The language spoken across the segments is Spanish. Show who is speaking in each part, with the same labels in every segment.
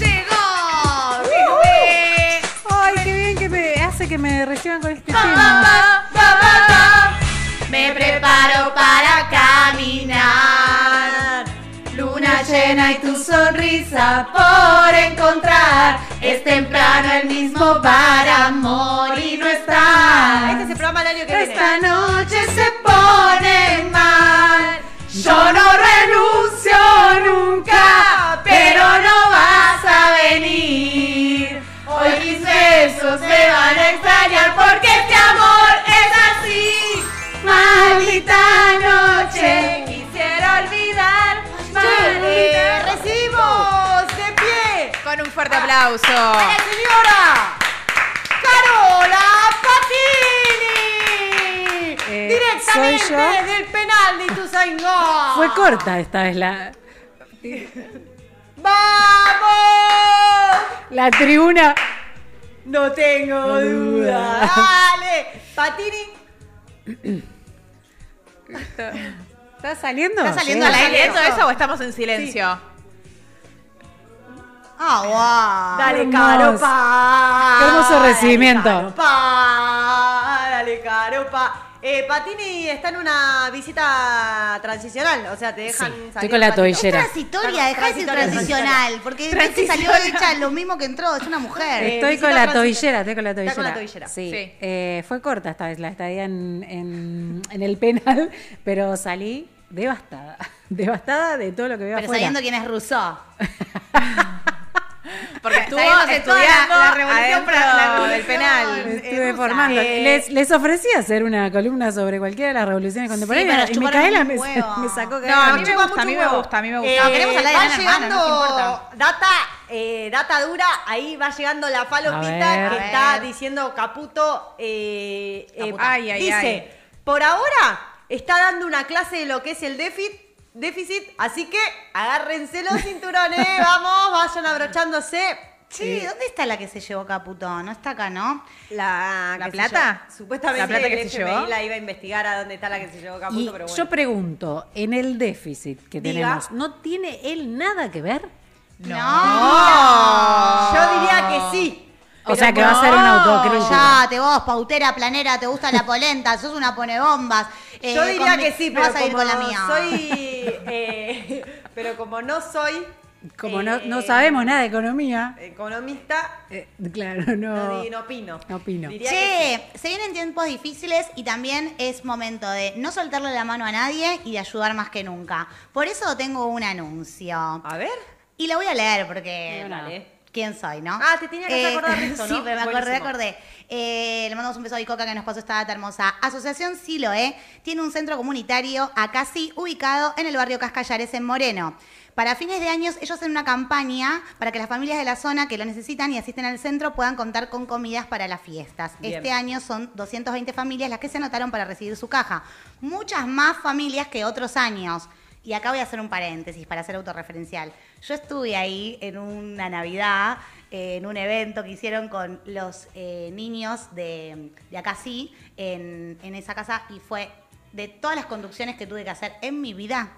Speaker 1: Llegó.
Speaker 2: Uh.
Speaker 1: Firme.
Speaker 3: Ay, qué bien que me hace que me reciban con este
Speaker 1: Pa, pa,
Speaker 3: tema.
Speaker 1: pa, pa, pa, pa. Me preparo para caminar. Luna llena y tu sonrisa por encontrar. Es temprano el mismo para morir no está.
Speaker 2: Este es el programa del año que viene.
Speaker 1: Esta noche se pone mal. Yo no renuncio nunca, pero no vas a venir. Hoy mis besos me van a extrañar porque este amor es así. Maldita noche, quisiera olvidar.
Speaker 2: Eh,
Speaker 1: Maldita
Speaker 2: recibimos de pie
Speaker 1: Con un fuerte
Speaker 3: Ah.
Speaker 1: aplauso.
Speaker 2: a la señora Carola Patini.
Speaker 3: Eh,
Speaker 2: directamente
Speaker 3: ¿soy yo?
Speaker 2: del penal de Ituzaingó.
Speaker 3: Fue corta esta vez la,
Speaker 2: ¡Vamos!
Speaker 3: la tribuna.
Speaker 2: No tengo duda.
Speaker 3: duda.
Speaker 2: Dale, Patini.
Speaker 3: ¿Está saliendo?
Speaker 2: Está saliendo
Speaker 3: Sí.
Speaker 2: al aire.
Speaker 1: todo eso o estamos en silencio?
Speaker 2: Ah, wow. Dale,
Speaker 3: Hermoso.
Speaker 2: Caro, pa.
Speaker 3: Qué hermoso recibimiento.
Speaker 2: Dale, Caro, pa. Dale, Caro, pa. Eh, Patini está en una visita transicional, o sea, te dejan
Speaker 3: Sí, estoy
Speaker 2: salir
Speaker 3: con la
Speaker 2: Patini.
Speaker 3: toallera. Era.
Speaker 4: Transitoria, dejá de ser
Speaker 2: Transitoria,
Speaker 4: transicional, porque de repente salió hecha lo mismo que entró, es una mujer.
Speaker 3: Estoy
Speaker 2: visita
Speaker 3: con la
Speaker 2: transitoria.
Speaker 3: tobillera, estoy con la tobillera.
Speaker 2: Eh, Está con la tobillera.
Speaker 3: Sí.
Speaker 1: Sí.
Speaker 3: Eh, fue corta esta vez la estadía en, en- en el penal, pero salí devastada. Devastada de todo lo que veo
Speaker 4: Pero
Speaker 3: afuera.
Speaker 4: sabiendo quién es Rousseau.
Speaker 1: Porque estuvimos
Speaker 2: Sabemos que toda
Speaker 1: estudiando
Speaker 2: la-
Speaker 1: la
Speaker 2: la revolución
Speaker 1: revolución
Speaker 2: pra- la revolución.
Speaker 1: del penal.
Speaker 3: Me
Speaker 2: Eh,
Speaker 3: estuve
Speaker 2: rusa.
Speaker 3: formando.
Speaker 2: Eh,
Speaker 3: les, les ofrecí hacer una columna sobre cualquiera de las revoluciones contemporáneas
Speaker 4: pero
Speaker 3: y
Speaker 4: chuparon
Speaker 3: Micaela
Speaker 4: un
Speaker 3: me,
Speaker 4: huevo.
Speaker 3: me sacó que
Speaker 1: No, a mí
Speaker 2: Chupa
Speaker 1: me gusta,
Speaker 2: mucho
Speaker 1: a mí me
Speaker 2: huevo.
Speaker 1: gusta, a mí me
Speaker 2: Eh,
Speaker 1: gusta.
Speaker 4: No, queremos hablar de
Speaker 2: va
Speaker 4: Ana Hermana,
Speaker 2: llegando
Speaker 4: no nos importa.
Speaker 2: data, eh, data dura, ahí va llegando la
Speaker 3: A
Speaker 2: falopita
Speaker 3: ver.
Speaker 2: que
Speaker 4: A
Speaker 2: está
Speaker 4: ver.
Speaker 2: diciendo Caputo. eh, eh,
Speaker 1: Caputo. Ay, ay,
Speaker 2: dice,
Speaker 1: ay.
Speaker 2: por ahora está dando una clase de lo que es el déficit, déficit así que agárrense los cinturones, vamos, vayan abrochándose.
Speaker 4: Sí, ¿dónde está la que se llevó Caputo? No está acá, ¿no?
Speaker 2: La,
Speaker 1: ¿La
Speaker 2: qué sé
Speaker 1: plata?
Speaker 2: yo, Supuestamente
Speaker 1: ¿La plata
Speaker 2: el
Speaker 1: que se
Speaker 2: FMI
Speaker 1: llevó?
Speaker 2: la iba a investigar a dónde está la que se llevó Caputo,
Speaker 3: Y
Speaker 2: pero bueno.
Speaker 3: yo pregunto, en el déficit que
Speaker 2: Diga.
Speaker 3: tenemos, ¿no tiene él nada que ver?
Speaker 4: No.
Speaker 1: ¡Oh!
Speaker 2: Yo diría que sí.
Speaker 3: o sea que va a ser una autocrítica.
Speaker 4: Callate vos, pautera, planera, te gusta la polenta, sos una ponebombas. Eh,
Speaker 2: Yo diría
Speaker 4: con-
Speaker 2: que sí,
Speaker 4: no
Speaker 2: pero
Speaker 4: vas a ir
Speaker 2: como
Speaker 4: con la mía.
Speaker 2: soy, eh, pero como no soy
Speaker 3: Como no, no
Speaker 2: eh,
Speaker 3: sabemos nada de economía,
Speaker 2: economista,
Speaker 3: eh, claro,
Speaker 2: no,
Speaker 3: no. Eh,
Speaker 2: di- no opino.
Speaker 3: No opino.
Speaker 2: Diría que
Speaker 4: Che, se vienen tiempos difíciles y también es momento de no soltarle la mano a nadie y de ayudar más que nunca. Por eso tengo un anuncio.
Speaker 2: a ver.
Speaker 4: Y la voy a leer porque.
Speaker 3: Bueno.
Speaker 2: Dale.
Speaker 4: ¿Quién soy, no? Eh,
Speaker 2: Ah, te tenía que hacer acordar de esto,
Speaker 4: Sí,
Speaker 2: ¿no?
Speaker 4: pero me acordé,
Speaker 2: Buenísimo.
Speaker 4: acordé. Eh, le mandamos un beso a Icoca que nos pasó esta data hermosa. Asociación Siloe tiene un centro comunitario acá sí, ubicado en el barrio Cascallares, en Moreno. Para fines de años, ellos hacen una campaña para que las familias de la zona que lo necesitan y asisten al centro puedan contar con comidas para las fiestas.
Speaker 2: Bien.
Speaker 4: Este año son 220 familias las que se anotaron para recibir su caja. Muchas más familias que otros años. Y acá voy a hacer un paréntesis para ser autorreferencial. Yo estuve ahí en una Navidad, eh, en un evento que hicieron con los eh, niños de, de acá sí, en, en esa casa, y fue de todas las conducciones que tuve que hacer en mi vida,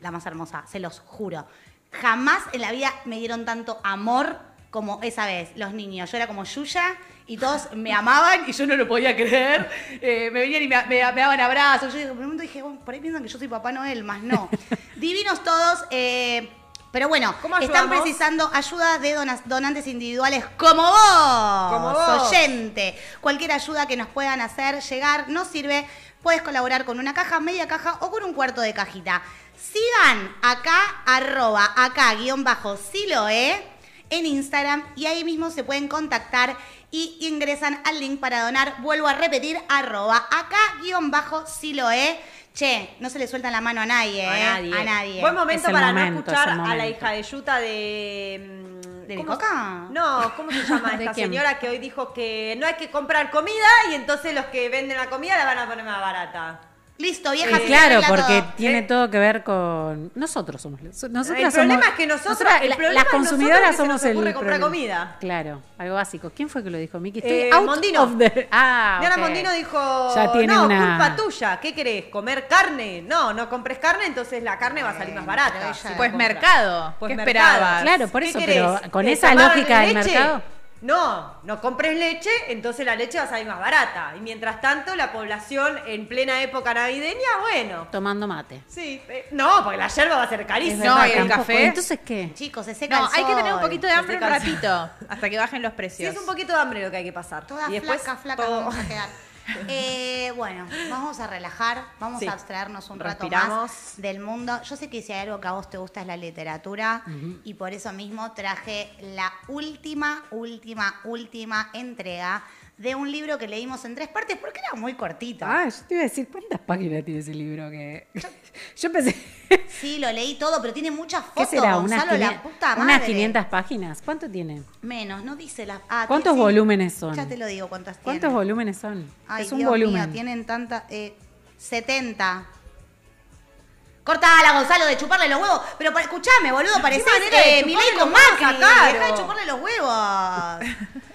Speaker 4: la más hermosa, se los juro. Jamás en la vida me dieron tanto amor como esa vez, los niños. Yo era como Yuya y todos me amaban y yo no lo podía creer. Eh, me venían y me, me- me daban abrazos. Yo dije, por un momento dije, "Bueno, por ahí piensan que yo soy Papá Noel, más no. Divinos todos. eh, pero bueno,
Speaker 2: ¿Cómo
Speaker 4: están
Speaker 2: ayudamos?
Speaker 4: precisando ayuda de donas- donantes individuales como vos,
Speaker 2: Como vos.
Speaker 4: oyente. Cualquier ayuda que nos puedan hacer llegar nos sirve. Puedes colaborar con una caja, media caja o con un cuarto de cajita. Sigan acá, arroba, acá, guión bajo, siloe, en Instagram y ahí mismo se pueden contactar y ingresan al link para donar. Vuelvo a repetir, arroba, acá, guión bajo, siloe. Che, no se le sueltan la mano a nadie, ¿eh? A nadie.
Speaker 2: Buen momento
Speaker 3: Es el
Speaker 2: para no
Speaker 3: momento,
Speaker 2: escuchar
Speaker 3: es el
Speaker 2: a la
Speaker 3: momento.
Speaker 2: hija de Yuta de. mm,
Speaker 4: ¿De
Speaker 2: ¿cómo
Speaker 4: Bicoca?
Speaker 2: se- No, ¿cómo se llama
Speaker 3: ¿De
Speaker 2: esta
Speaker 3: quién?
Speaker 2: señora que hoy dijo que no hay que comprar comida y entonces los que venden la comida la van a poner más barata?
Speaker 4: Listo,
Speaker 3: Eh,
Speaker 4: vieja. se
Speaker 3: claro,
Speaker 4: arregla
Speaker 3: porque
Speaker 4: todo.
Speaker 3: tiene todo que ver con nosotros somos nosotras
Speaker 2: El problema
Speaker 3: somos-
Speaker 2: es que nosotros-
Speaker 3: nosotras-
Speaker 2: el
Speaker 3: la-
Speaker 2: problema
Speaker 3: las
Speaker 2: es nosotros
Speaker 3: consumidoras
Speaker 2: que se
Speaker 3: somos
Speaker 2: nos
Speaker 3: el
Speaker 2: ocurre comprar
Speaker 3: problema.
Speaker 2: comida.
Speaker 3: Claro, algo básico. ¿Quién fue que lo dijo, Miki? Estoy
Speaker 2: Eh,
Speaker 3: out
Speaker 2: Mondino.
Speaker 3: of the- Ah,
Speaker 2: Diana
Speaker 3: ok.
Speaker 2: Mondino dijo,
Speaker 3: Ya tiene
Speaker 2: no,
Speaker 3: una-
Speaker 2: culpa tuya, ¿qué querés? ¿Comer carne? No, no compres carne, entonces la carne va a salir más barata.
Speaker 4: pero
Speaker 2: si
Speaker 4: ella-
Speaker 2: la
Speaker 4: Claro,
Speaker 5: Pues
Speaker 2: compras.
Speaker 5: mercado.
Speaker 2: Pues
Speaker 5: ¿Qué
Speaker 2: mercado.
Speaker 5: esperabas?
Speaker 3: Claro, por
Speaker 2: ¿Qué
Speaker 3: eso,
Speaker 2: querés?
Speaker 3: pero con
Speaker 2: ¿Eh,
Speaker 3: esa
Speaker 2: tomar
Speaker 3: lógica del
Speaker 2: leche?
Speaker 3: mercado.
Speaker 2: No, no compres leche, entonces la leche va a salir más barata. Y mientras tanto, la población en plena época navideña, bueno,
Speaker 3: Tomando mate.
Speaker 2: sí. eh, no, porque la yerba va a ser
Speaker 3: Es
Speaker 2: carísima.
Speaker 5: No,
Speaker 3: verdad,
Speaker 5: y el
Speaker 3: tampoco.
Speaker 5: café.
Speaker 3: Entonces, ¿qué?
Speaker 4: Chicos, se seca
Speaker 5: No,
Speaker 4: el
Speaker 5: hay que tener un
Speaker 4: sol.
Speaker 5: poquito de
Speaker 2: Se
Speaker 5: hambre un
Speaker 2: seca el sol.
Speaker 5: ratito hasta que bajen los
Speaker 2: Sí,
Speaker 5: precios.
Speaker 2: es un poquito de hambre lo que hay que pasar.
Speaker 4: Toda
Speaker 2: y después,
Speaker 4: flaca, flaca
Speaker 2: todo-
Speaker 4: vamos a quedar. Eh, bueno, vamos a relajar, vamos
Speaker 2: Sí.
Speaker 4: a abstraernos un rato
Speaker 2: Respiramos.
Speaker 4: más del mundo. Yo sé que si hay algo que a vos te gusta es la literatura y por eso mismo traje la última, última, última entrega de un libro que leímos en tres partes porque era muy cortito.
Speaker 3: Ah, yo te iba a decir, ¿cuántas páginas tiene ese libro? que Yo pensé,
Speaker 4: Sí, lo leí todo, pero tiene muchas
Speaker 3: ¿qué
Speaker 4: fotos,
Speaker 3: será? Unas,
Speaker 4: Gonzalo, la
Speaker 3: quine-
Speaker 4: puta madre.
Speaker 3: unas 500 páginas. ¿Cuánto tiene?
Speaker 4: Menos, no dice las... ah,
Speaker 3: ¿Cuántos
Speaker 4: sí.
Speaker 3: volúmenes son?
Speaker 4: Ya te lo digo cuántas tiene.
Speaker 3: ¿Cuántos volúmenes son?
Speaker 4: Ay,
Speaker 3: es un
Speaker 4: Dios
Speaker 3: volumen.
Speaker 4: mío, tienen tanta. eh, 70. Cortala, Gonzalo, de chuparle los huevos. Pero pa- escuchame, boludo, parecés
Speaker 2: manera de
Speaker 4: eh, mi
Speaker 2: chuparle
Speaker 4: con
Speaker 2: los huevos
Speaker 4: Macri.
Speaker 2: a Caro.
Speaker 4: Dejá de chuparle los huevos.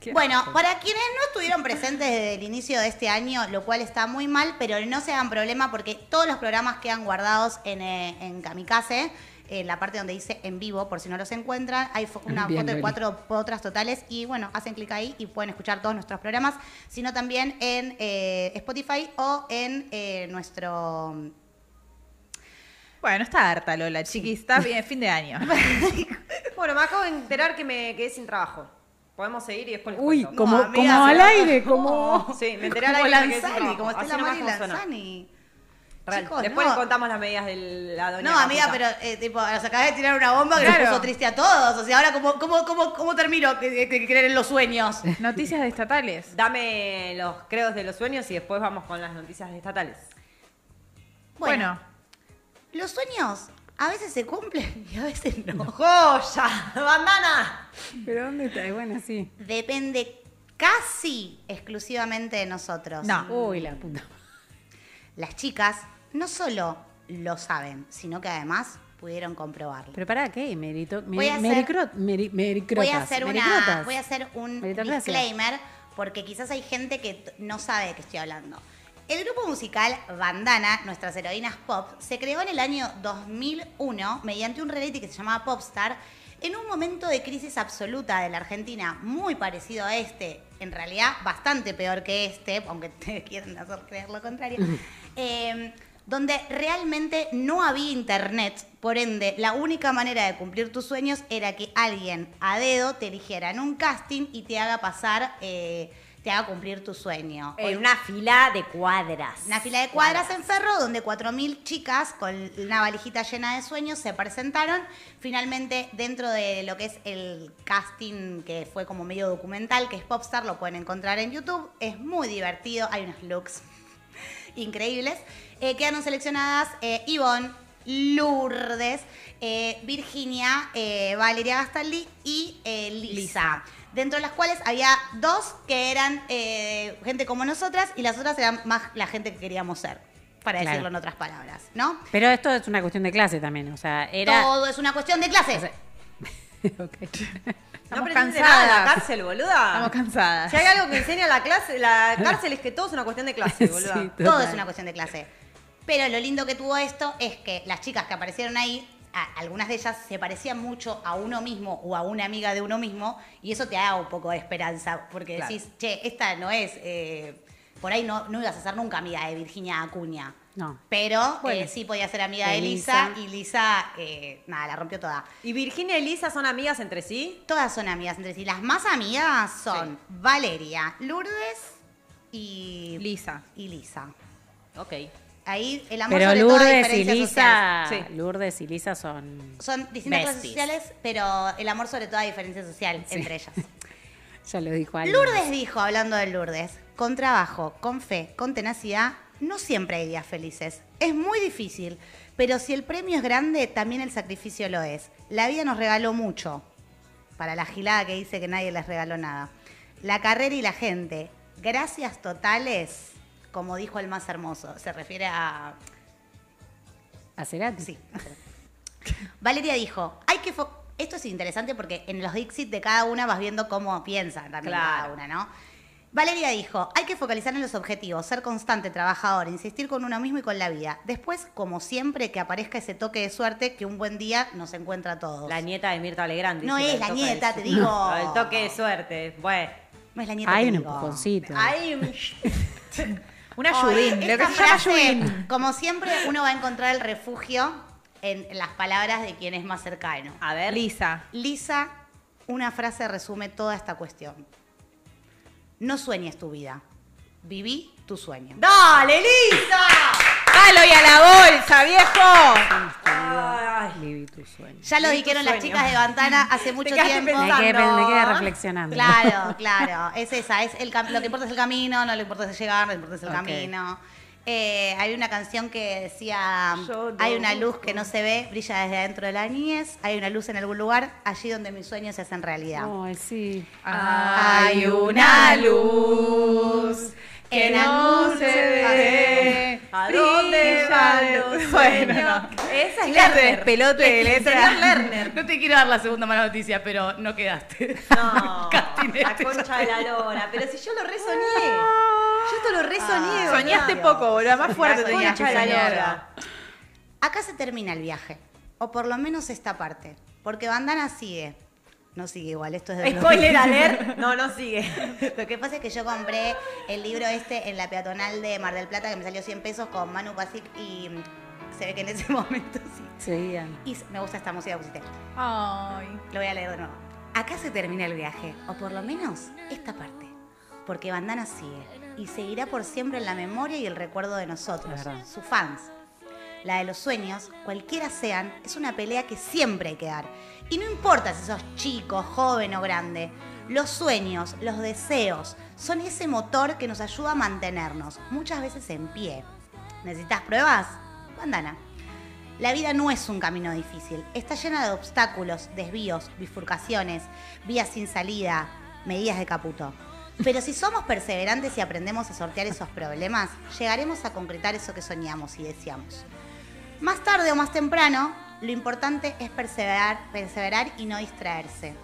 Speaker 3: Qué
Speaker 4: bueno, para quienes no estuvieron presentes desde el inicio de este año, lo cual está muy mal, pero no se hagan problema porque todos los programas quedan guardados en, eh, en Kamikaze. En la parte donde dice en vivo, por si no los encuentran, hay fo- una
Speaker 3: Bien,
Speaker 4: foto de
Speaker 3: Loli.
Speaker 4: cuatro cuatro otras totales y bueno, hacen clic ahí y pueden escuchar todos nuestros programas, sino también en eh, Spotify o en eh, nuestro...
Speaker 5: Bueno, está harta Lola, chiqui, está bien, fin de año.
Speaker 2: Bueno, me acabo de enterar que me quedé sin trabajo. Podemos seguir y después les
Speaker 3: Uy,
Speaker 2: cuento.
Speaker 3: como,
Speaker 4: No, amiga,
Speaker 3: como al
Speaker 4: se-
Speaker 3: aire, como...
Speaker 2: Sí, me enteré al
Speaker 4: Como
Speaker 2: aire que me quedé sin
Speaker 4: Lanzani,
Speaker 2: trabajo.
Speaker 4: como está
Speaker 2: Así
Speaker 4: la
Speaker 2: nomás
Speaker 4: Mari
Speaker 2: como suena.
Speaker 4: Lanzani.
Speaker 2: Real.
Speaker 4: Chicos,
Speaker 2: Después
Speaker 4: no.
Speaker 2: les contamos las medidas de la doña.
Speaker 4: No, amiga, pero eh, tipo, nos acabas de tirar una bomba que
Speaker 5: Claro.
Speaker 4: nos puso triste a todos. O sea, ahora, ¿cómo, cómo, cómo, cómo termino que, que- que creer en los sueños?
Speaker 5: Noticias de estatales.
Speaker 2: Dame los credos de los sueños y después vamos con las noticias estatales.
Speaker 5: Bueno,
Speaker 4: los sueños a veces se cumplen y a veces no.
Speaker 2: ¡Joya! ¡Bandana!
Speaker 3: ¿Pero dónde está? Y Bueno, sí.
Speaker 4: Depende casi exclusivamente de nosotros.
Speaker 5: No.
Speaker 3: Uy, la puta.
Speaker 4: Las chicas no solo lo saben, sino que además pudieron comprobarlo.
Speaker 3: ¿Pero para qué? Merito,
Speaker 4: Voy a
Speaker 3: meri,
Speaker 4: hacer-
Speaker 3: mericrot- meri- mericrotas,
Speaker 4: voy a hacer una,
Speaker 3: mericrotas.
Speaker 4: voy a hacer un
Speaker 3: Meritocracia.
Speaker 4: disclaimer porque quizás hay gente que t- no sabe de qué estoy hablando. El grupo musical Bandana, nuestras heroínas pop, se creó en el año 2001 mediante un reality que se llamaba Popstar en un momento de crisis absoluta de la Argentina, muy parecido a este, en realidad bastante peor que este, aunque te quieran hacer creer lo contrario, eh, donde realmente no había internet, por ende, la única manera de cumplir tus sueños era que alguien a dedo te eligiera en un casting y te haga pasar, eh, te haga cumplir tu sueño.
Speaker 2: En una fila de cuadras.
Speaker 4: Una fila de cuadras en Ferro donde 4.000 chicas con una valijita llena de sueños se presentaron. Finalmente, dentro de lo que es el casting que fue como medio documental, que es Popstar, lo pueden encontrar en YouTube. Es muy divertido, hay unos looks increíbles. Eh, quedaron seleccionadas eh, Ivonne, Lourdes, eh, Virginia, eh, Valeria Gastaldi y eh, Lisa. Dentro de las cuales había dos que eran eh, gente como nosotras y las otras eran más la gente que queríamos ser, para
Speaker 3: Claro.
Speaker 4: decirlo en otras palabras, ¿no?
Speaker 3: Pero esto es una cuestión de clase también, o sea, era...
Speaker 4: Todo es una cuestión de clase.
Speaker 3: Ok.
Speaker 2: No
Speaker 5: estamos
Speaker 2: aprendiste nada de la
Speaker 5: cansadas.
Speaker 2: cárcel, boluda.
Speaker 5: Estamos cansadas.
Speaker 2: Ah. Si hay algo que enseña la, clase, la cárcel es que todo es una cuestión de clase, boluda.
Speaker 3: Sí,
Speaker 4: Todo
Speaker 3: total.
Speaker 4: es una cuestión de clase. Pero lo lindo que tuvo esto es que las chicas que aparecieron ahí, a- algunas de ellas se parecían mucho a uno mismo o a una amiga de uno mismo, y eso te da un poco de esperanza, porque
Speaker 2: Claro.
Speaker 4: decís, che, esta no es, eh, por ahí no, no ibas a ser nunca amiga de Virginia Acuña.
Speaker 3: No.
Speaker 4: Pero
Speaker 3: Bueno.
Speaker 4: eh, sí podía ser amiga de
Speaker 3: De
Speaker 4: Lisa,
Speaker 3: Lisa.
Speaker 4: y Lisa, eh, nada, la rompió toda.
Speaker 2: ¿Y Virginia y Lisa son amigas entre sí?
Speaker 4: Todas son amigas entre sí. Las más amigas son Valeria, Lourdes y,
Speaker 5: Lisa.
Speaker 4: y Lisa.
Speaker 2: Ok.
Speaker 4: Ahí el amor
Speaker 3: Pero
Speaker 4: sobre toda
Speaker 3: Lourdes y
Speaker 4: diferencia social.
Speaker 3: Lisa,
Speaker 2: sociales. Sí.
Speaker 3: Lourdes y Lisa son...
Speaker 4: Son distintas clases
Speaker 3: Besties.
Speaker 4: sociales, pero el amor sobre toda diferencia social entre ellas.
Speaker 3: Ya lo dijo alguien.
Speaker 4: Lourdes dijo, hablando de Lourdes, con trabajo, con fe, con tenacidad, no siempre hay días felices. Es muy difícil, pero si el premio es grande, también el sacrificio lo es. La vida nos regaló mucho, para la gilada que dice que nadie les regaló nada. La carrera y la gente, gracias totales como dijo el más hermoso. Se refiere a.
Speaker 3: ¿A Cerati?
Speaker 4: Sí. Valeria dijo: hay que. fo- Esto es interesante porque en los Dixit de cada una vas viendo cómo piensan también cada
Speaker 2: Claro.
Speaker 4: una, ¿no? Valeria dijo, hay que focalizar en los objetivos, ser constante, trabajador, insistir con uno mismo y con la vida. Después, como siempre, que aparezca ese toque de suerte que un buen día nos encuentra a todos.
Speaker 2: La nieta de Mirta Legrand.
Speaker 4: No
Speaker 2: dice,
Speaker 4: es
Speaker 2: lo
Speaker 4: la
Speaker 2: del toque
Speaker 4: nieta,
Speaker 2: de-
Speaker 4: te digo.
Speaker 2: El toque de suerte. Bueno.
Speaker 4: no es la nieta
Speaker 3: Hay
Speaker 4: que
Speaker 3: un
Speaker 4: digo.
Speaker 3: empujoncito.
Speaker 2: Ahí. un-
Speaker 5: Un ayudín,
Speaker 4: Ayudín,
Speaker 5: lo que se llama ayudín.
Speaker 4: Como siempre, uno va a encontrar el refugio en las palabras de quien es más cercano.
Speaker 2: A ver.
Speaker 5: Lisa.
Speaker 4: Lisa, una frase resume toda esta cuestión. No sueñes tu vida. Viví tu sueño.
Speaker 2: ¡Dale, Lisa!
Speaker 5: ¡Palo y a la bolsa, viejo!
Speaker 2: Ay.
Speaker 3: Viví tu sueño.
Speaker 4: Ya lo
Speaker 2: Viví tu
Speaker 4: dijeron las
Speaker 2: sueño.
Speaker 4: chicas de Bantana hace mucho
Speaker 2: quedaste
Speaker 4: tiempo.
Speaker 3: Me quedé,
Speaker 2: Pensando.
Speaker 3: me quedé reflexionando.
Speaker 4: Claro, claro. Es esa. Es el, cam- lo que importa es el camino, no lo importa es llegar, lo importa es el
Speaker 3: Ok.
Speaker 4: camino. Eh, hay una canción que decía,
Speaker 2: Yo no
Speaker 4: hay una luz que no se ve, brilla desde adentro de la niñez, hay una luz en algún lugar, allí donde mis sueños se hacen realidad.
Speaker 2: Oh.
Speaker 3: Ay, sí.
Speaker 4: Hay una luz que no se ve.
Speaker 2: ¿A dónde van los
Speaker 5: Bueno,
Speaker 2: sueños? Esa es
Speaker 5: Chica,
Speaker 2: la
Speaker 5: te despelote de letra.
Speaker 6: No te quiero dar la segunda mala noticia, pero no quedaste.
Speaker 2: No,
Speaker 6: Castinete.
Speaker 2: la concha de la lora. Pero si yo lo resoñé. Yo esto lo
Speaker 4: Ah,
Speaker 2: resoñé. boludo.
Speaker 5: Ah. Soñaste poco, boludo. Más fuerte
Speaker 2: la
Speaker 5: tenías que
Speaker 2: concha de la
Speaker 5: soñar.
Speaker 2: lora.
Speaker 4: Acá se termina el viaje, o por lo menos esta parte, porque Bandana sigue. No sigue igual, esto es de los-
Speaker 2: Spoiler alert. No, no sigue.
Speaker 4: Lo que pasa es que yo compré el libro este en la peatonal de Mar del Plata que me salió 100 pesos con Manu Pasic y mm, se ve que en ese momento sí.
Speaker 3: Seguían.
Speaker 4: Y s- me gusta esta música que pusiste.
Speaker 5: Ay.
Speaker 4: Lo voy a leer de nuevo. Acá se termina el viaje, o por lo menos esta parte, porque Bandana sigue y seguirá por siempre en la memoria y el recuerdo de nosotros,
Speaker 3: Es verdad.
Speaker 4: sus fans. La de los sueños, cualquiera sean, es una pelea que siempre hay que dar. Y no importa si sos chico, joven o grande, los sueños, los deseos, son ese motor que nos ayuda a mantenernos, muchas veces en pie. ¿Necesitas pruebas? Bandana. La vida no es un camino difícil. Está llena de obstáculos, desvíos, bifurcaciones, vías sin salida, medidas de caputo. Pero si somos perseverantes y aprendemos a sortear esos problemas, llegaremos a concretar eso que soñamos y deseamos. Más tarde o más temprano, lo importante es perseverar, perseverar y no distraerse.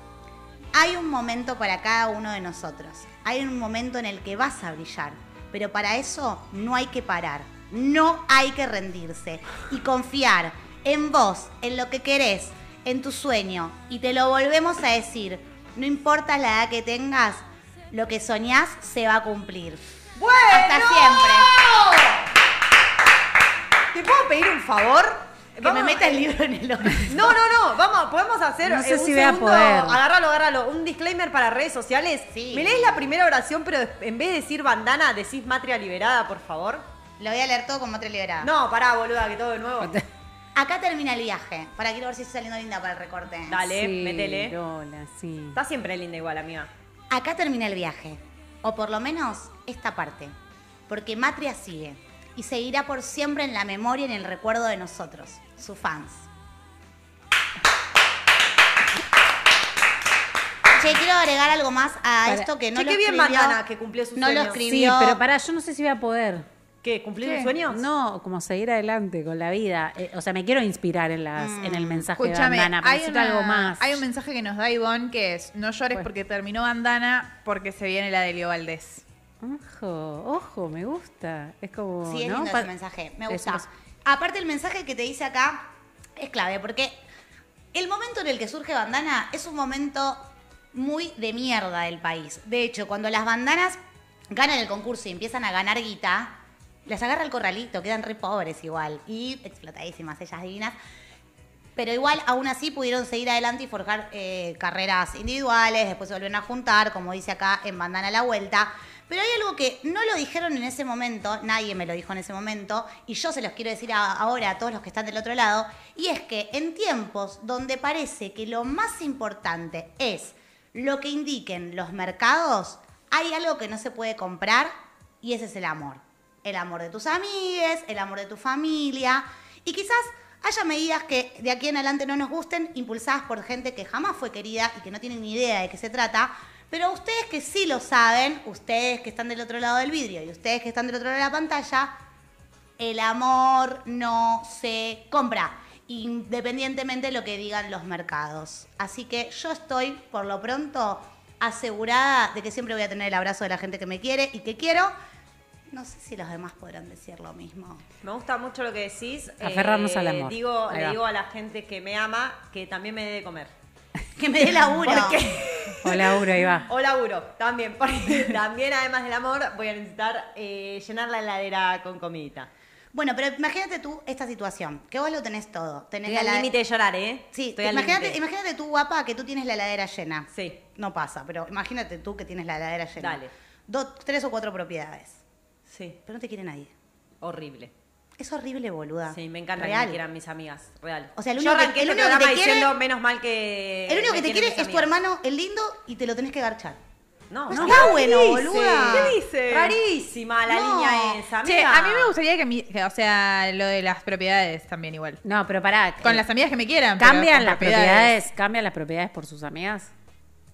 Speaker 4: Hay un momento para cada uno de nosotros. Hay un momento en el que vas a brillar. Pero para eso no hay que parar. No hay que rendirse. Y confiar en vos, en lo que querés, en tu sueño. Y te lo volvemos a decir. No importa la edad que tengas, lo que soñás se va a cumplir.
Speaker 2: Bueno.
Speaker 4: Hasta siempre.
Speaker 2: ¿Te puedo pedir un favor?
Speaker 4: Que
Speaker 2: Vamos- eh,
Speaker 4: me meta el libro en el ojo.
Speaker 2: No, no, no. Vamos, podemos hacer
Speaker 3: No sé
Speaker 2: eh, un
Speaker 3: si voy a
Speaker 2: segundo.
Speaker 3: poder.
Speaker 2: Agárralo, agárralo. Un disclaimer para redes sociales.
Speaker 4: Sí.
Speaker 2: ¿Me lees la primera oración, pero des- en vez de decir bandana, decís matria liberada, por favor?
Speaker 4: Lo voy a leer todo con otra liberada.
Speaker 2: No, pará, boluda, que todo de nuevo.
Speaker 4: Acá termina el viaje. Para quiero ver si estoy saliendo linda para el recorte.
Speaker 2: Dale,
Speaker 3: Sí,
Speaker 2: métele.
Speaker 3: Lola, sí.
Speaker 2: Está siempre linda igual, amiga.
Speaker 4: Acá termina el viaje, o por lo menos esta parte, porque Matria sigue y seguirá por siempre en la memoria y en el recuerdo de nosotros, sus fans. Che, quiero agregar algo más a
Speaker 3: Para-
Speaker 4: esto que no
Speaker 2: Che,
Speaker 4: lo
Speaker 2: qué bien
Speaker 4: escribió-
Speaker 2: Bandana que cumplió su
Speaker 4: No
Speaker 2: sueño.
Speaker 4: lo
Speaker 3: Sí,
Speaker 4: escribió.
Speaker 3: pero pará, yo no sé si voy a poder.
Speaker 2: ¿Qué? ¿Cumplir
Speaker 5: ¿Qué?
Speaker 2: tus sueños?
Speaker 3: No, como seguir adelante con la vida. Eh, o sea, me quiero inspirar en, las, en el mensaje de Bandana. pero necesito
Speaker 5: una-
Speaker 3: algo más.
Speaker 5: hay un mensaje que nos da Ivonne que es no llores
Speaker 3: Pues.
Speaker 5: porque terminó Bandana porque se viene la de Leo Valdés.
Speaker 3: Ojo, ojo, me gusta. Es como.
Speaker 4: Sí, es
Speaker 3: ¿no?
Speaker 4: lindo
Speaker 3: Pa-
Speaker 4: ese mensaje. Me
Speaker 3: es
Speaker 4: gusta.
Speaker 3: un-
Speaker 4: Aparte, el mensaje que te dice acá es clave, porque el momento en el que surge bandana es un momento muy de mierda del país. De hecho, cuando las bandanas ganan el concurso y empiezan a ganar guita, las agarra el corralito, quedan re pobres igual. Y explotadísimas, ellas divinas. Pero igual, aún así, pudieron seguir adelante y forjar eh, carreras individuales, después se volvieron a juntar, como dice acá en Bandana La Vuelta. Pero hay algo que no lo dijeron en ese momento, nadie me lo dijo en ese momento, y yo se los quiero decir a- ahora a todos los que están del otro lado, y es que en tiempos donde parece que lo más importante es lo que indiquen los mercados, hay algo que no se puede comprar, y ese es el amor el amor de tus amigues, el amor de tu familia. Y quizás haya medidas que de aquí en adelante no nos gusten, impulsadas por gente que jamás fue querida y que no tienen ni idea de qué se trata, Pero ustedes que sí lo saben, ustedes que están del otro lado del vidrio y ustedes que están del otro lado de la pantalla, el amor no se compra, independientemente de lo que digan los mercados. Así que yo estoy, por lo pronto, asegurada de que siempre voy a tener el abrazo de la gente que me quiere y que quiero. No sé si los demás podrán decir lo mismo.
Speaker 2: Me gusta mucho lo que decís. Eh,
Speaker 3: Aferrarnos al amor.
Speaker 2: Digo,
Speaker 3: Ahí
Speaker 2: le
Speaker 3: va.
Speaker 2: digo a la gente que me ama que también me dé de comer.
Speaker 4: Que me dé laburo.
Speaker 3: O Laura, ahí va.
Speaker 2: O laburo, también. Porque también, además del amor, voy a necesitar eh, llenar la heladera con comidita.
Speaker 4: Bueno, pero imagínate tú esta situación, que vos lo tenés todo. Tenés
Speaker 2: Estoy
Speaker 4: la
Speaker 2: al
Speaker 4: helade-
Speaker 2: límite de llorar, ¿eh?
Speaker 4: Sí,
Speaker 2: Estoy al
Speaker 4: imagínate,
Speaker 2: límite.
Speaker 4: imagínate tú, guapa, que tú tienes la heladera llena.
Speaker 2: Sí.
Speaker 4: No pasa, pero imagínate tú que tienes la heladera llena.
Speaker 2: Dale.
Speaker 4: Dos, tres o cuatro propiedades.
Speaker 2: Sí,
Speaker 4: Pero no te quiere nadie.
Speaker 2: horrible.
Speaker 4: Es horrible, boluda.
Speaker 2: Sí, me encanta que
Speaker 4: Ah, Real.
Speaker 2: me quieran mis amigas, real.
Speaker 4: O sea, el
Speaker 2: Yo
Speaker 4: único que-
Speaker 2: arranqué
Speaker 4: el
Speaker 2: este
Speaker 4: único que te
Speaker 2: programa
Speaker 4: quiere-
Speaker 2: diciendo menos mal que.
Speaker 4: El único
Speaker 2: me
Speaker 4: que te
Speaker 2: quieren
Speaker 4: quiere
Speaker 2: mis
Speaker 4: es tu
Speaker 2: amigas.
Speaker 4: hermano, el lindo, y te lo tenés que garchar.
Speaker 2: No,
Speaker 4: No está bueno,
Speaker 2: ¿Qué
Speaker 4: boluda.
Speaker 2: dice?
Speaker 5: ¿Qué dice?
Speaker 2: Rarísima la
Speaker 4: No.
Speaker 2: línea esa.
Speaker 5: Che,
Speaker 2: amiga.
Speaker 5: a mí me gustaría que, mi- que, o sea, lo de las propiedades también igual.
Speaker 3: No, pero pará.
Speaker 5: Con
Speaker 3: eh,
Speaker 5: las amigas que me quieran. pero
Speaker 3: ¿Cambian
Speaker 5: con
Speaker 3: las propiedades? ¿Cambian las propiedades por sus amigas?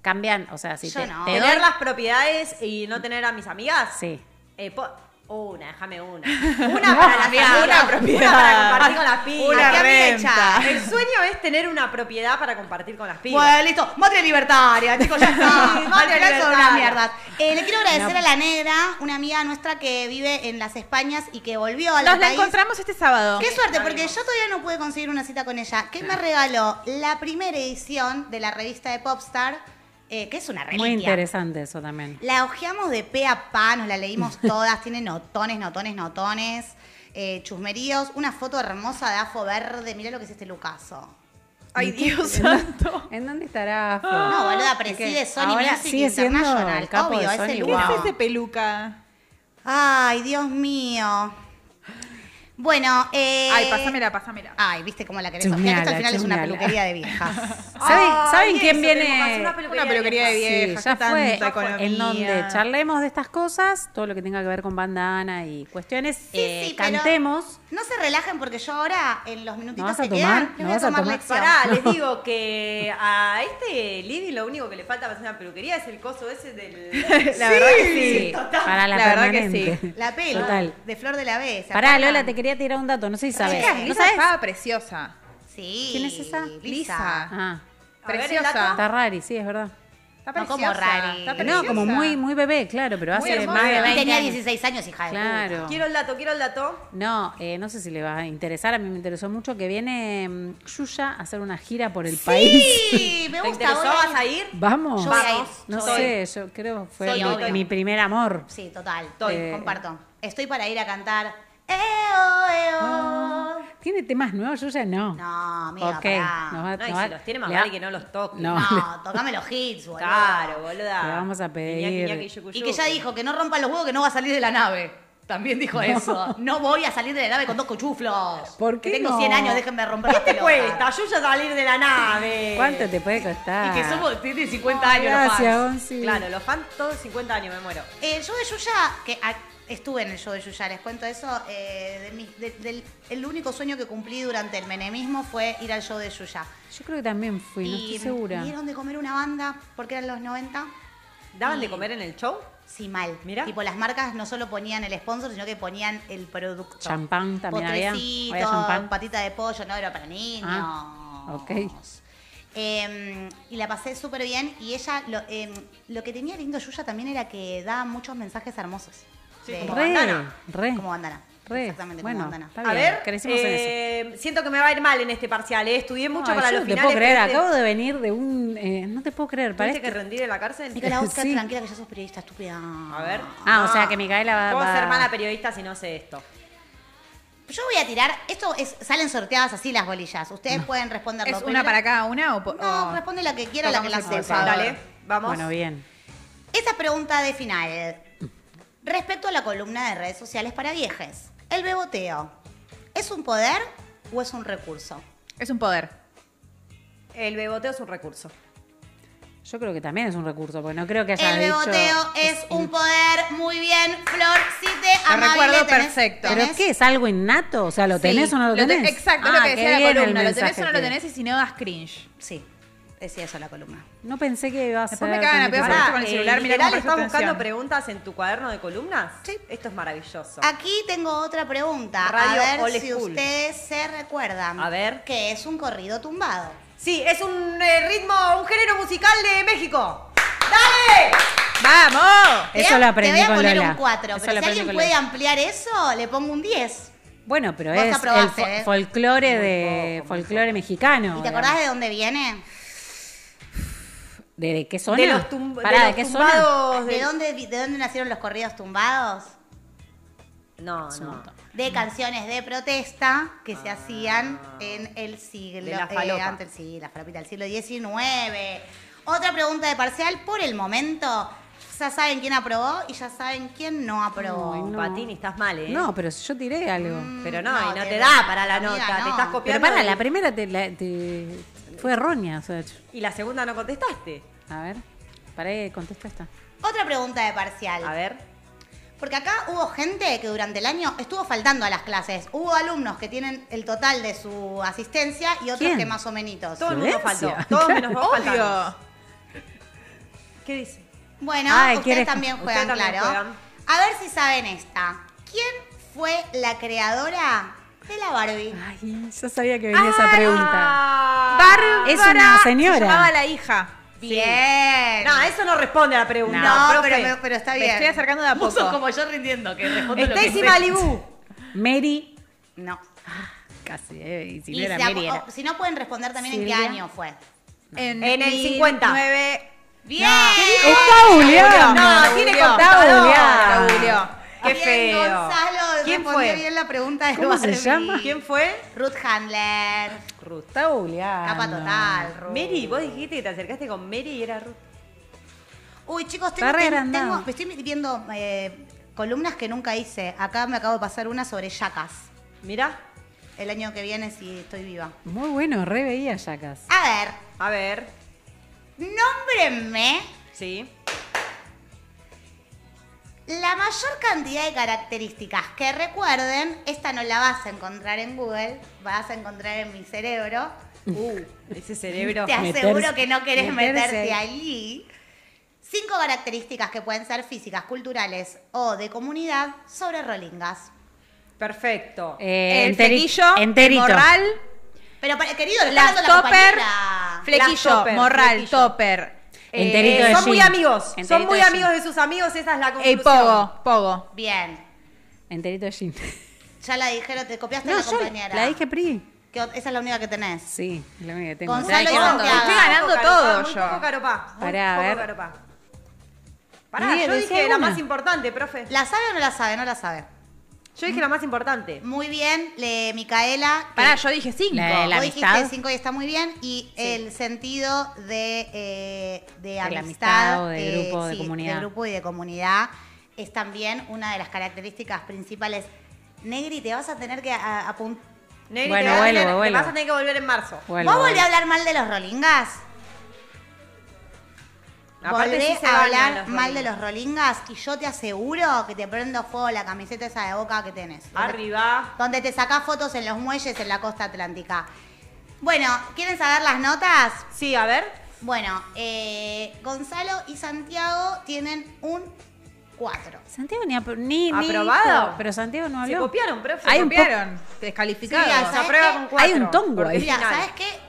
Speaker 3: ¿Cambian? O sea, si
Speaker 4: Yo
Speaker 3: te,
Speaker 4: no.
Speaker 3: te
Speaker 2: Tener
Speaker 3: doy-
Speaker 2: las propiedades y no tener a mis amigas.
Speaker 3: Sí.
Speaker 2: Eh, po- una, déjame una. Una para las
Speaker 5: amiga,
Speaker 2: amigas,
Speaker 5: una propiedad.
Speaker 2: Una para compartir con las pibas.
Speaker 5: Una
Speaker 2: ¿Qué amiga
Speaker 5: renta.
Speaker 2: hecha? El sueño es tener una propiedad para compartir con las pibas.
Speaker 4: Bueno, listo. Madre libertaria, chicos, ya está.
Speaker 2: Sí,
Speaker 4: Al
Speaker 2: madre
Speaker 4: final son unas
Speaker 2: libertaria.
Speaker 4: mierdas. Eh, le quiero agradecer a la negra, una amiga nuestra que vive en las Españas y que volvió a
Speaker 5: Nos la
Speaker 4: país.
Speaker 5: encontramos este sábado.
Speaker 4: Qué suerte, porque yo todavía no pude conseguir una cita con ella. Que me regaló la primera edición de la revista de Popstar, eh, que es una reliquia.
Speaker 3: Muy interesante eso también.
Speaker 4: La hojeamos de pe a pa, nos la leímos todas. Tiene notones, notones, notones, eh, chusmeríos. Una foto hermosa de afo verde. Mirá lo que es este lucaso.
Speaker 5: Ay, Dios santo.
Speaker 3: ¿En dónde estará? Fo?
Speaker 4: No, boluda,
Speaker 3: Es
Speaker 4: preside
Speaker 3: que
Speaker 4: Sony
Speaker 3: Ah, ahora
Speaker 4: Music
Speaker 3: sigue siendo
Speaker 4: International.
Speaker 3: el capo
Speaker 4: obvio,
Speaker 3: de
Speaker 4: es el
Speaker 3: Sony.
Speaker 5: ¿Qué
Speaker 4: lugar.
Speaker 5: es ese peluca?
Speaker 4: Ay, Dios mío. Bueno, eh...
Speaker 5: Ay, pásamela, pásamela.
Speaker 4: Ay, viste cómo la querés. Mirá que esto al
Speaker 3: Chusmeala,
Speaker 4: final es una
Speaker 3: chusmeala.
Speaker 4: peluquería de viejas.
Speaker 3: ¿Saben, ¿saben
Speaker 4: Ah,
Speaker 2: Ay,
Speaker 3: quién
Speaker 2: eso, tenemos
Speaker 3: viene?
Speaker 2: una peluquería
Speaker 5: Una peluquería de
Speaker 2: viejas.
Speaker 5: viejas.
Speaker 3: sí, ya
Speaker 5: qué
Speaker 3: fue.
Speaker 5: tanta economía.
Speaker 3: En donde charlemos de estas cosas, todo lo que tenga que ver con bandana y cuestiones,
Speaker 4: Sí,
Speaker 3: eh,
Speaker 4: sí, pero-
Speaker 3: cantemos.
Speaker 4: No se relajen porque yo ahora, en los minutitos
Speaker 3: ¿No vas a
Speaker 4: que quedan,
Speaker 3: tomar?
Speaker 4: les
Speaker 3: ¿No
Speaker 4: voy a
Speaker 3: vas a
Speaker 4: tomar
Speaker 3: tomar?
Speaker 4: lección.
Speaker 2: Pará, les digo que a este Living lo único que le falta para hacer una peluquería es el coso ese del.
Speaker 5: La verdad que
Speaker 3: Sí,
Speaker 5: sí.
Speaker 3: para la,
Speaker 5: La verdad que
Speaker 3: permanente.
Speaker 5: sí.
Speaker 4: La pelo
Speaker 3: Total.
Speaker 4: de Flor de la B. ¿se
Speaker 3: Pará,
Speaker 4: acuerdan?
Speaker 3: Lola, te quería tirar un dato, no sé si sabes.
Speaker 5: Chicas,
Speaker 4: ¿No
Speaker 5: Lisa
Speaker 4: sabes?
Speaker 5: estaba preciosa.
Speaker 4: Sí.
Speaker 3: ¿Quién es esa?
Speaker 4: Lisa.
Speaker 3: Ah,
Speaker 2: A ver, el
Speaker 5: Preciosa.
Speaker 3: está rari, sí, es verdad.
Speaker 5: Está
Speaker 4: No
Speaker 5: preciosa.
Speaker 4: como Rari.
Speaker 5: Está
Speaker 4: No,
Speaker 5: preciosa.
Speaker 3: No, como muy, muy bebé, claro, pero
Speaker 5: Muy
Speaker 3: hace
Speaker 5: hermosa.
Speaker 3: más de
Speaker 5: Y
Speaker 3: 20
Speaker 4: Tenía
Speaker 3: años.
Speaker 4: 16 años, hija de puta.
Speaker 3: Claro.
Speaker 2: Quiero el dato, quiero el dato.
Speaker 3: No, eh, no sé si le va a interesar, a mí me interesó mucho que viene mm, Yuya a hacer una gira por el país.
Speaker 4: Sí, me
Speaker 2: ¿Te
Speaker 4: gusta.
Speaker 2: interesó?
Speaker 4: voy
Speaker 2: ¿Vas
Speaker 4: a ir.
Speaker 2: a ir?
Speaker 3: Vamos.
Speaker 4: Yo voy a ir.
Speaker 3: No
Speaker 4: Yo voy.
Speaker 3: sé, yo creo que fue
Speaker 4: Soy
Speaker 3: mi,
Speaker 4: obvio.
Speaker 3: mi primer amor.
Speaker 4: Sí, total.
Speaker 2: Estoy.
Speaker 4: Eh, Comparto. Estoy para ir a cantar. Eo, eo.
Speaker 3: ¿Tiene temas nuevos, Yuya? No.
Speaker 4: No, amiga,
Speaker 3: Ah. Ok,
Speaker 4: pará.
Speaker 3: nos va-
Speaker 2: No, y
Speaker 3: nos va-
Speaker 2: si los tiene más
Speaker 3: le va-
Speaker 2: vale que no los toque.
Speaker 3: No.
Speaker 4: No, tocame los hits, boludo.
Speaker 2: Claro, boluda.
Speaker 3: Le vamos a pedir.
Speaker 2: Iñaki, Iñaki, yucu,
Speaker 4: Y que
Speaker 2: yucu.
Speaker 4: ya dijo que no rompan los huevos que no va a salir de la nave. También dijo eso. No voy a salir de la nave con dos cochuflos.
Speaker 3: ¿Por qué
Speaker 4: Que tengo
Speaker 3: no?
Speaker 4: 100 años, déjenme romper
Speaker 2: ¿Qué
Speaker 4: las
Speaker 2: te
Speaker 4: pelotas.
Speaker 2: cuesta? Yo ya salir de la nave.
Speaker 3: ¿Cuánto te puede costar?
Speaker 4: Y que somos, tiene 50 años
Speaker 3: Ah. Gracias,
Speaker 4: los fans.
Speaker 3: Gonzi.
Speaker 2: Claro, los fans todos 50 años, me muero.
Speaker 4: El show Eh, de Yuya, que a- estuve en el show de Yuya, les cuento eso, eh, de mis- de- del- el único sueño que cumplí durante el menemismo fue ir al show de Yuya.
Speaker 3: Yo creo que también fui, no
Speaker 4: y
Speaker 3: estoy segura.
Speaker 4: me dieron de comer una banda porque eran los 90.
Speaker 2: ¿Daban
Speaker 4: Y-
Speaker 3: Mm.
Speaker 2: de comer en el show?
Speaker 4: Sí, mal.
Speaker 2: Mirá.
Speaker 4: Tipo, las marcas no solo ponían el sponsor, sino que ponían el producto.
Speaker 3: Champán también había.
Speaker 4: Potrecito,
Speaker 3: Había champán.
Speaker 4: patita de pollo, no era para niños.
Speaker 3: Ah, ok.
Speaker 4: Em, y la pasé súper bien. Y ella, lo, em, lo que tenía lindo Yuya también era que daba muchos mensajes hermosos.
Speaker 2: Sí,
Speaker 4: De-
Speaker 2: como
Speaker 3: Re,
Speaker 2: bandana.
Speaker 3: re.
Speaker 4: Como bandana.
Speaker 3: Re.
Speaker 4: Exactamente,
Speaker 3: bueno,
Speaker 4: como bandana.
Speaker 3: Está
Speaker 2: A
Speaker 3: bien.
Speaker 2: ver,
Speaker 3: crecimos en eso.
Speaker 2: eh, siento que me va a ir mal en este parcial. ¿eh? Estudié mucho
Speaker 3: Ay,
Speaker 2: para
Speaker 3: yo
Speaker 2: los
Speaker 3: no te
Speaker 2: finales.
Speaker 3: puedo creer,
Speaker 2: pero este-
Speaker 3: acabo de venir de un... eh, no te puedo creer,
Speaker 2: ¿Tuviste
Speaker 3: parece
Speaker 2: que rendir en la cárcel?
Speaker 4: Micaela, vos quedate
Speaker 3: Sí.
Speaker 4: tranquila que ya sos periodista, estúpida.
Speaker 2: A ver.
Speaker 3: Ah, o sea que Micaela va...
Speaker 2: Puedo
Speaker 3: va-
Speaker 2: ser mala periodista si no sé esto.
Speaker 4: Yo voy a tirar, esto es, salen sorteadas así las bolillas. Ustedes pueden responderlo.
Speaker 5: ¿Es una para cada una o.? po-
Speaker 4: No,
Speaker 5: o-
Speaker 4: responde la que quiera, la que la
Speaker 5: Tocamos el
Speaker 4: sepa.
Speaker 5: pulsador.
Speaker 2: Dale, vamos.
Speaker 3: Bueno, bien.
Speaker 4: Esa pregunta de final. Respecto a la columna de redes sociales para viejes, el beboteo, ¿es un poder o es un recurso?
Speaker 5: Es un poder.
Speaker 2: El beboteo es un recurso.
Speaker 3: Yo creo que también es un recurso, porque no creo que haya
Speaker 4: El
Speaker 3: dicho...
Speaker 4: beboteo es un poder, muy bien, Flor, si te
Speaker 5: Lo
Speaker 4: amable,
Speaker 5: recuerdo
Speaker 4: tenés-
Speaker 5: perfecto.
Speaker 3: ¿Pero
Speaker 4: tenés-
Speaker 3: qué? ¿Es algo innato? O sea, ¿lo
Speaker 5: Sí,
Speaker 3: tenés o no lo
Speaker 5: te-
Speaker 3: tenés?
Speaker 5: Exacto,
Speaker 3: Ah,
Speaker 5: lo que decía
Speaker 3: qué
Speaker 5: la
Speaker 3: bien el
Speaker 5: columna. Lo tenés
Speaker 3: mensaje
Speaker 5: o no lo
Speaker 3: que-
Speaker 5: tenés y si no das cringe.
Speaker 4: Sí. Decía eso la columna.
Speaker 3: No pensé que iba a ser.
Speaker 5: Después me cagan a
Speaker 3: tan
Speaker 5: pedo
Speaker 3: difícil.
Speaker 2: Ah,
Speaker 5: Pará, con el celular, mira
Speaker 2: eh, literal,
Speaker 5: cómo prestó
Speaker 2: estás buscando
Speaker 5: atención.
Speaker 2: preguntas en tu cuaderno de columnas?
Speaker 4: Sí. Ah,
Speaker 2: Esto es maravilloso.
Speaker 4: Aquí tengo otra pregunta.
Speaker 2: Radio
Speaker 4: a ver
Speaker 2: Old
Speaker 4: si
Speaker 2: School.
Speaker 4: ustedes se recuerdan.
Speaker 2: A ver.
Speaker 4: Que es un corrido tumbado.
Speaker 2: Sí, es un eh, ritmo, un género musical de México. ¡Dale!
Speaker 5: ¡Vamos!
Speaker 4: Te
Speaker 3: Eso
Speaker 4: voy a-
Speaker 3: lo aprendí
Speaker 4: Te voy a
Speaker 3: con
Speaker 4: poner
Speaker 3: Lola.
Speaker 4: un 4,
Speaker 3: Eso
Speaker 4: pero
Speaker 3: lo
Speaker 4: si
Speaker 3: aprendí
Speaker 4: alguien
Speaker 3: con
Speaker 4: puede
Speaker 3: Lola.
Speaker 4: ampliar eso, le pongo un 10.
Speaker 3: Bueno, pero
Speaker 4: Vos
Speaker 3: es el
Speaker 4: aprobaste,
Speaker 3: fo-
Speaker 4: ¿eh?
Speaker 3: folclore
Speaker 2: Muy
Speaker 3: de
Speaker 2: poco, muy
Speaker 3: folclore mexicano.
Speaker 4: ¿Y te
Speaker 3: digamos.
Speaker 4: acordás de dónde viene?
Speaker 3: de, de qué zona?
Speaker 2: De los, tum- de
Speaker 3: Pará,
Speaker 2: los
Speaker 3: ¿de qué zona?
Speaker 2: tumbados.
Speaker 4: ¿De
Speaker 2: del-
Speaker 4: dónde, ¿De dónde nacieron los corridos tumbados?
Speaker 2: No,
Speaker 3: Es un
Speaker 2: no.
Speaker 3: montón.
Speaker 4: De canciones de protesta que se hacían en el
Speaker 2: Ah.
Speaker 4: siglo. eh,
Speaker 2: De la falopa.
Speaker 4: antes, sí, la falopita del siglo XIX. Otra pregunta de parcial. Por el momento, ya saben quién aprobó y ya saben quién no aprobó.
Speaker 3: Ay, no.
Speaker 2: Patini, estás mal, ¿eh?
Speaker 3: No, pero yo tiré algo.
Speaker 2: Pero no,
Speaker 4: No,
Speaker 2: y no
Speaker 4: te-
Speaker 2: te da para la
Speaker 4: amiga,
Speaker 2: nota.
Speaker 4: no.
Speaker 2: Te estás
Speaker 4: Pero
Speaker 3: pero
Speaker 2: copiando.
Speaker 3: para,
Speaker 2: y-
Speaker 3: la primera te, la- te- fue errónea. o sea,
Speaker 2: Y la segunda no contestaste.
Speaker 3: a ver, para que contesta esta.
Speaker 4: Otra pregunta de parcial.
Speaker 2: A ver.
Speaker 4: Porque acá hubo gente que durante el año estuvo faltando a las clases. Hubo alumnos que tienen el total de su asistencia y otros
Speaker 3: ¿Quién?
Speaker 4: que más o menos.
Speaker 2: Todo el mundo faltó.
Speaker 3: Florencia.
Speaker 2: Todos menos vos faltamos.
Speaker 5: Obvio.
Speaker 2: ¿Qué dice?
Speaker 4: Bueno,
Speaker 3: Ay,
Speaker 4: ustedes
Speaker 3: ¿quieres-
Speaker 4: también juegan,
Speaker 2: ustedes también
Speaker 4: claro.
Speaker 2: juegan.
Speaker 4: A ver si saben esta. ¿Quién fue la creadora de la Barbie?
Speaker 3: Ay, yo sabía que venía
Speaker 2: Ah,
Speaker 3: esa pregunta.
Speaker 5: Bárbara
Speaker 3: Es una señora.
Speaker 5: Se llamaba la hija.
Speaker 4: Bien.
Speaker 2: No, eso no responde a la pregunta.
Speaker 4: No,
Speaker 2: profe.
Speaker 4: pero, me- pero está
Speaker 5: Me
Speaker 4: bien.
Speaker 5: estoy acercando de a
Speaker 6: Musos
Speaker 5: poco.
Speaker 6: como yo rindiendo, que respondo lo que
Speaker 2: Stacy
Speaker 6: sé.
Speaker 2: Malibu.
Speaker 3: Mary,
Speaker 4: No.
Speaker 3: casi, eh, y si
Speaker 4: Y
Speaker 3: no era
Speaker 4: si,
Speaker 3: Mary, era.
Speaker 4: o- si no pueden responder también en qué
Speaker 3: Silvia.
Speaker 4: año fue.
Speaker 5: En,
Speaker 2: En el 50.
Speaker 5: 19.
Speaker 4: Bien.
Speaker 3: Está
Speaker 5: Googleó.
Speaker 3: buleado.
Speaker 2: No, tiene
Speaker 5: Googleó.
Speaker 2: contador.
Speaker 5: Está googleó.
Speaker 2: Qué
Speaker 4: Bien,
Speaker 2: feo.
Speaker 4: Gonzalo
Speaker 2: ¿Quién
Speaker 4: respondió
Speaker 2: fue?
Speaker 4: bien la pregunta de
Speaker 3: ¿Cómo se
Speaker 4: Barbie.
Speaker 3: llama?
Speaker 2: ¿Quién fue?
Speaker 4: Ruth Handler.
Speaker 2: Ruth.
Speaker 3: Está buleado.
Speaker 4: Capa total, Ruth.
Speaker 2: Mary, vos dijiste que te acercaste con Mary y era Ruth.
Speaker 4: Uy, chicos,
Speaker 3: Está
Speaker 4: tengo,
Speaker 3: re
Speaker 4: ten-
Speaker 3: agrandado.
Speaker 4: tengo- me estoy viendo eh, columnas que nunca hice. Acá me acabo de pasar una sobre yacas.
Speaker 2: Mirá.
Speaker 4: El año que viene si estoy viva.
Speaker 3: Muy bueno, re veía Yacas.
Speaker 4: A ver,
Speaker 2: A ver.
Speaker 4: nómbrenme
Speaker 2: Sí.
Speaker 4: la mayor cantidad de características que recuerden. Esta no la vas a encontrar en Google, vas a encontrar en mi cerebro.
Speaker 2: Uh, ese cerebro.
Speaker 4: Te
Speaker 3: meterse-
Speaker 4: aseguro que no querés
Speaker 3: meterse
Speaker 4: meterte
Speaker 3: ahí.
Speaker 4: allí. Cinco características que pueden ser físicas, culturales o de comunidad sobre Rolingas.
Speaker 2: Perfecto.
Speaker 3: Eh,
Speaker 5: el
Speaker 3: enteri-
Speaker 5: flequillo.
Speaker 3: enterito.
Speaker 5: El morral.
Speaker 4: Pero, para- querido, le está
Speaker 5: Las
Speaker 4: dando la
Speaker 5: topper.
Speaker 4: compañera.
Speaker 5: Flequillo.
Speaker 2: Las topper,
Speaker 5: morral.
Speaker 2: flequillo.
Speaker 5: Topper.
Speaker 2: Eh,
Speaker 3: Enterito de
Speaker 2: son muy
Speaker 3: jean.
Speaker 2: amigos. son
Speaker 3: Enterito
Speaker 2: muy
Speaker 3: de
Speaker 2: amigos
Speaker 3: jean.
Speaker 2: de sus amigos. Esa es la
Speaker 5: El
Speaker 2: conclusión.
Speaker 5: eh, pogo. Pogo.
Speaker 4: Bien.
Speaker 3: Enterito de Jean.
Speaker 4: Ya la dijeron, te copiaste a
Speaker 3: No,
Speaker 4: la
Speaker 3: yo
Speaker 4: compañera.
Speaker 3: la dije Pri.
Speaker 4: Que ot- esa es la única que tenés.
Speaker 3: Sí, es la única que tengo.
Speaker 4: Gonzalo
Speaker 3: Ay,
Speaker 4: y
Speaker 3: qué
Speaker 4: Santiago.
Speaker 3: bárbaro.
Speaker 5: Estoy ganando
Speaker 2: Muy poco
Speaker 5: todo
Speaker 2: caropá, muy
Speaker 5: yo.
Speaker 2: poco caropá, muy
Speaker 3: Pará, a
Speaker 2: poco
Speaker 3: ver.
Speaker 2: caropá. Pará,
Speaker 3: Bien,
Speaker 2: yo
Speaker 3: decía
Speaker 2: dije la
Speaker 3: una.
Speaker 2: más importante, profe.
Speaker 4: ¿La sabe o no la sabe? No la sabe.
Speaker 2: Yo dije la más importante.
Speaker 4: Muy bien, le Micaela. que
Speaker 5: Pará, yo dije cinco.
Speaker 3: La de eh, la-
Speaker 4: vos dijiste
Speaker 3: amistad.
Speaker 4: cinco y está muy bien. Y el sentido de, eh, de
Speaker 3: la
Speaker 4: amistad. eh,
Speaker 3: amistad o de grupo, de
Speaker 4: sí,
Speaker 3: comunidad.
Speaker 4: De grupo y de comunidad es también una de las características principales. Negri, te vas a tener que a- apuntar.
Speaker 2: Negri,
Speaker 3: Bueno,
Speaker 2: te, vas a
Speaker 3: vuelvo,
Speaker 2: tener- te
Speaker 3: vuelvo.
Speaker 2: vas a tener que volver en marzo.
Speaker 3: Vuelvo,
Speaker 4: ¿Vos volvés
Speaker 3: vuelvo.
Speaker 4: a hablar mal de los rolingas?
Speaker 2: Aparte
Speaker 4: Volvé
Speaker 2: sí se
Speaker 4: a
Speaker 2: bañan
Speaker 4: hablar
Speaker 2: los
Speaker 4: mal de
Speaker 2: rolingas.
Speaker 4: los rolingas y yo te aseguro que te prendo fuego la camiseta esa de boca que tenés.
Speaker 2: Arriba.
Speaker 4: Donde te sacás fotos en los muelles en la costa atlántica. Bueno, ¿quieren saber las notas?
Speaker 2: Sí, a ver.
Speaker 4: Bueno, eh, Gonzalo y Santiago tienen un 4.
Speaker 3: Santiago ni, apro- ni, ni
Speaker 2: ¿Aprobado?
Speaker 3: dijo, pero Santiago no
Speaker 2: Se
Speaker 3: habló.
Speaker 2: copiaron, profe.
Speaker 5: Ahí
Speaker 2: Se copiaron.
Speaker 5: copiaron. Descalificado.
Speaker 4: Sí,
Speaker 2: Se
Speaker 4: ¿Sabés
Speaker 2: aprueba
Speaker 4: qué?
Speaker 2: con cuatro.
Speaker 3: Hay un tongo ahí.
Speaker 4: Mira,
Speaker 2: Original.
Speaker 4: ¿sabes qué?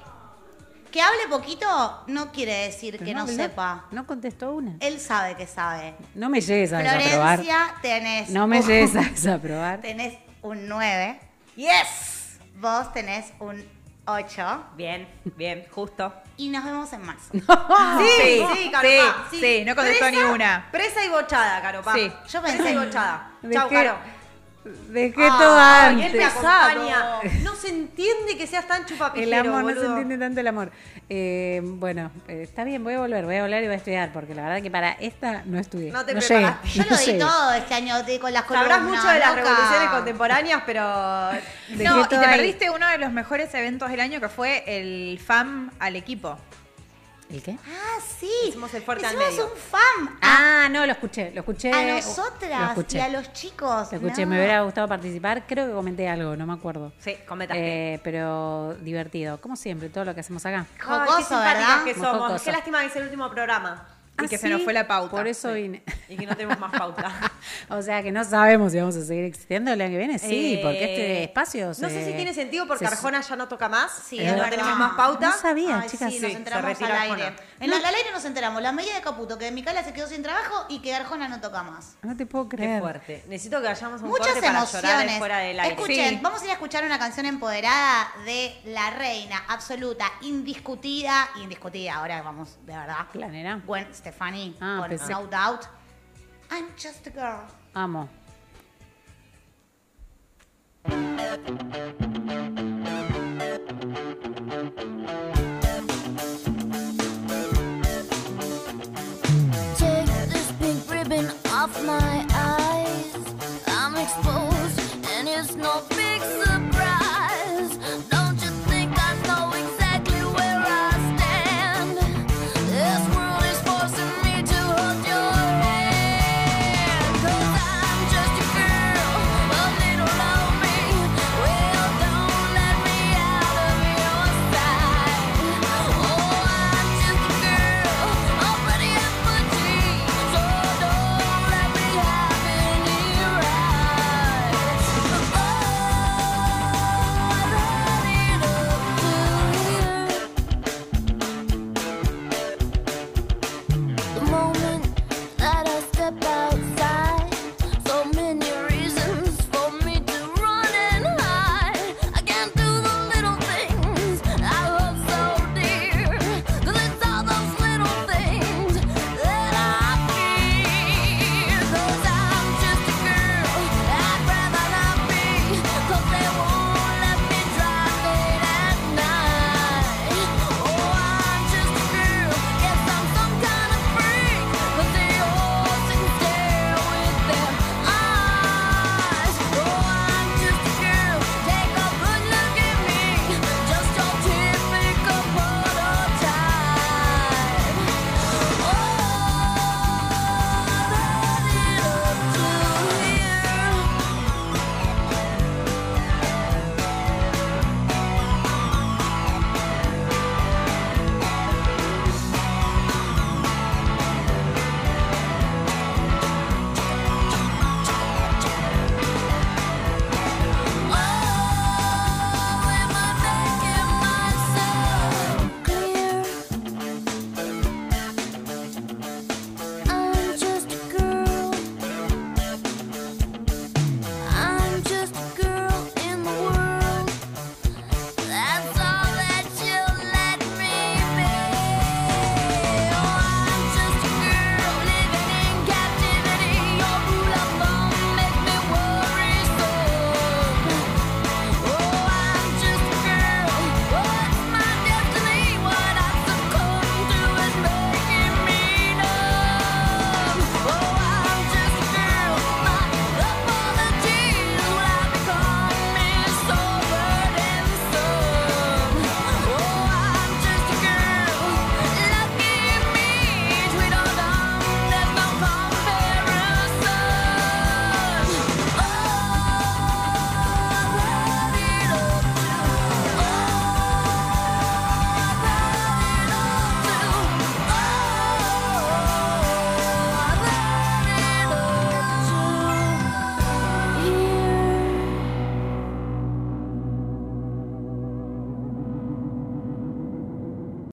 Speaker 4: Que hable poquito no quiere decir
Speaker 3: Pero
Speaker 4: que no,
Speaker 3: habló.
Speaker 4: sepa.
Speaker 3: No contestó una.
Speaker 4: Él sabe que sabe.
Speaker 3: No me llegues a desaprobar.
Speaker 4: Florencia, tenés.
Speaker 3: No me
Speaker 4: un-
Speaker 3: llegues a desaprobar.
Speaker 4: Tenés un 9.
Speaker 2: Yes.
Speaker 4: Vos tenés un 8.
Speaker 2: Bien, bien, justo.
Speaker 4: Y nos vemos en marzo.
Speaker 2: Sí, sí,
Speaker 5: sí,
Speaker 2: Caropá.
Speaker 5: sí, sí, no contestó
Speaker 2: Presa-
Speaker 5: ni una.
Speaker 2: Presa y bochada, Caropá.
Speaker 5: Sí.
Speaker 4: Yo
Speaker 2: Presa y
Speaker 4: pensé-
Speaker 2: bochada.
Speaker 3: ¿De
Speaker 2: Chau,
Speaker 3: qué?
Speaker 2: Caro.
Speaker 3: Dejé todo antes.
Speaker 2: Él te acompaña. No se entiende que seas tan chupapijero,
Speaker 3: El amor, no se
Speaker 2: boludo.
Speaker 3: entiende tanto el amor. Eh, bueno, eh, está bien, voy a volver, voy a volver y voy a estudiar, porque la verdad que para esta no estudié.
Speaker 2: No te
Speaker 3: llegué,
Speaker 2: preparaste.
Speaker 4: Yo
Speaker 3: no
Speaker 4: lo di
Speaker 3: llegué.
Speaker 4: todo este año de- con las columnas.
Speaker 2: Sabrás mucho de las
Speaker 4: loca.
Speaker 2: revoluciones contemporáneas, pero
Speaker 3: Dejé
Speaker 5: No, y te
Speaker 3: todo ahí.
Speaker 5: perdiste uno de los mejores eventos del año que fue el FAM al equipo.
Speaker 3: ¿El qué?
Speaker 4: Ah, sí.
Speaker 2: Hicimos el fuerte al
Speaker 4: Hicimos
Speaker 2: medio.
Speaker 4: un fam.
Speaker 3: Ah, no, lo escuché, Eh, lo escuché.
Speaker 4: a
Speaker 3: Lo
Speaker 4: nosotras
Speaker 3: escuché.
Speaker 4: y a los chicos.
Speaker 3: Lo escuché,
Speaker 4: No.
Speaker 3: me hubiera gustado participar. Creo que comenté algo, no me acuerdo.
Speaker 2: Sí, comentaste.
Speaker 3: Eh, pero divertido, como siempre, todo lo que hacemos acá.
Speaker 2: Ay, qué
Speaker 4: Jocoso,
Speaker 2: simpáticas
Speaker 4: ¿verdad?
Speaker 2: que
Speaker 3: Muy
Speaker 2: somos.
Speaker 3: jocoso.
Speaker 2: Qué lástima que es el último programa.
Speaker 5: Y
Speaker 3: Ah,
Speaker 5: que se nos
Speaker 3: sí,
Speaker 5: fue la pauta.
Speaker 3: Por eso
Speaker 5: Sí.
Speaker 3: vine.
Speaker 2: Y que no tenemos más pauta.
Speaker 3: O sea que no sabemos si vamos a seguir existiendo el año que viene. Sí,
Speaker 2: Eh,
Speaker 3: porque este espacio.
Speaker 2: No sé
Speaker 3: se-
Speaker 2: si tiene sentido porque
Speaker 3: se-
Speaker 2: Arjona ya no toca más.
Speaker 4: Sí,
Speaker 2: no
Speaker 4: es verdad.
Speaker 2: tenemos más pauta.
Speaker 3: No sabía,
Speaker 4: Ay,
Speaker 3: chicas.
Speaker 4: Sí,
Speaker 2: Sí,
Speaker 4: nos
Speaker 2: se
Speaker 4: enteramos al
Speaker 2: retira
Speaker 4: aire.
Speaker 2: Arjona.
Speaker 4: En la- al aire nos enteramos. La medida de Caputo, que Micaela se quedó sin trabajo y que Arjona no toca más.
Speaker 3: No te puedo
Speaker 2: Qué
Speaker 3: creer.
Speaker 2: fuerte. Necesito que vayamos a un
Speaker 4: Muchas
Speaker 2: corte para llorar
Speaker 4: emociones.
Speaker 2: de fuera del aire.
Speaker 4: Escuchen,
Speaker 5: Sí.
Speaker 4: vamos a ir a escuchar una canción empoderada de la reina absoluta, indiscutida, indiscutida. Ahora vamos, de verdad.
Speaker 3: ¿La nena?
Speaker 4: Gwen Stefani
Speaker 3: Ah,
Speaker 4: con
Speaker 3: pensé-
Speaker 4: No Doubt. I'm just a girl.
Speaker 3: Amo.
Speaker 7: Take this pink ribbon off my eyes. I'm exposed and it's no big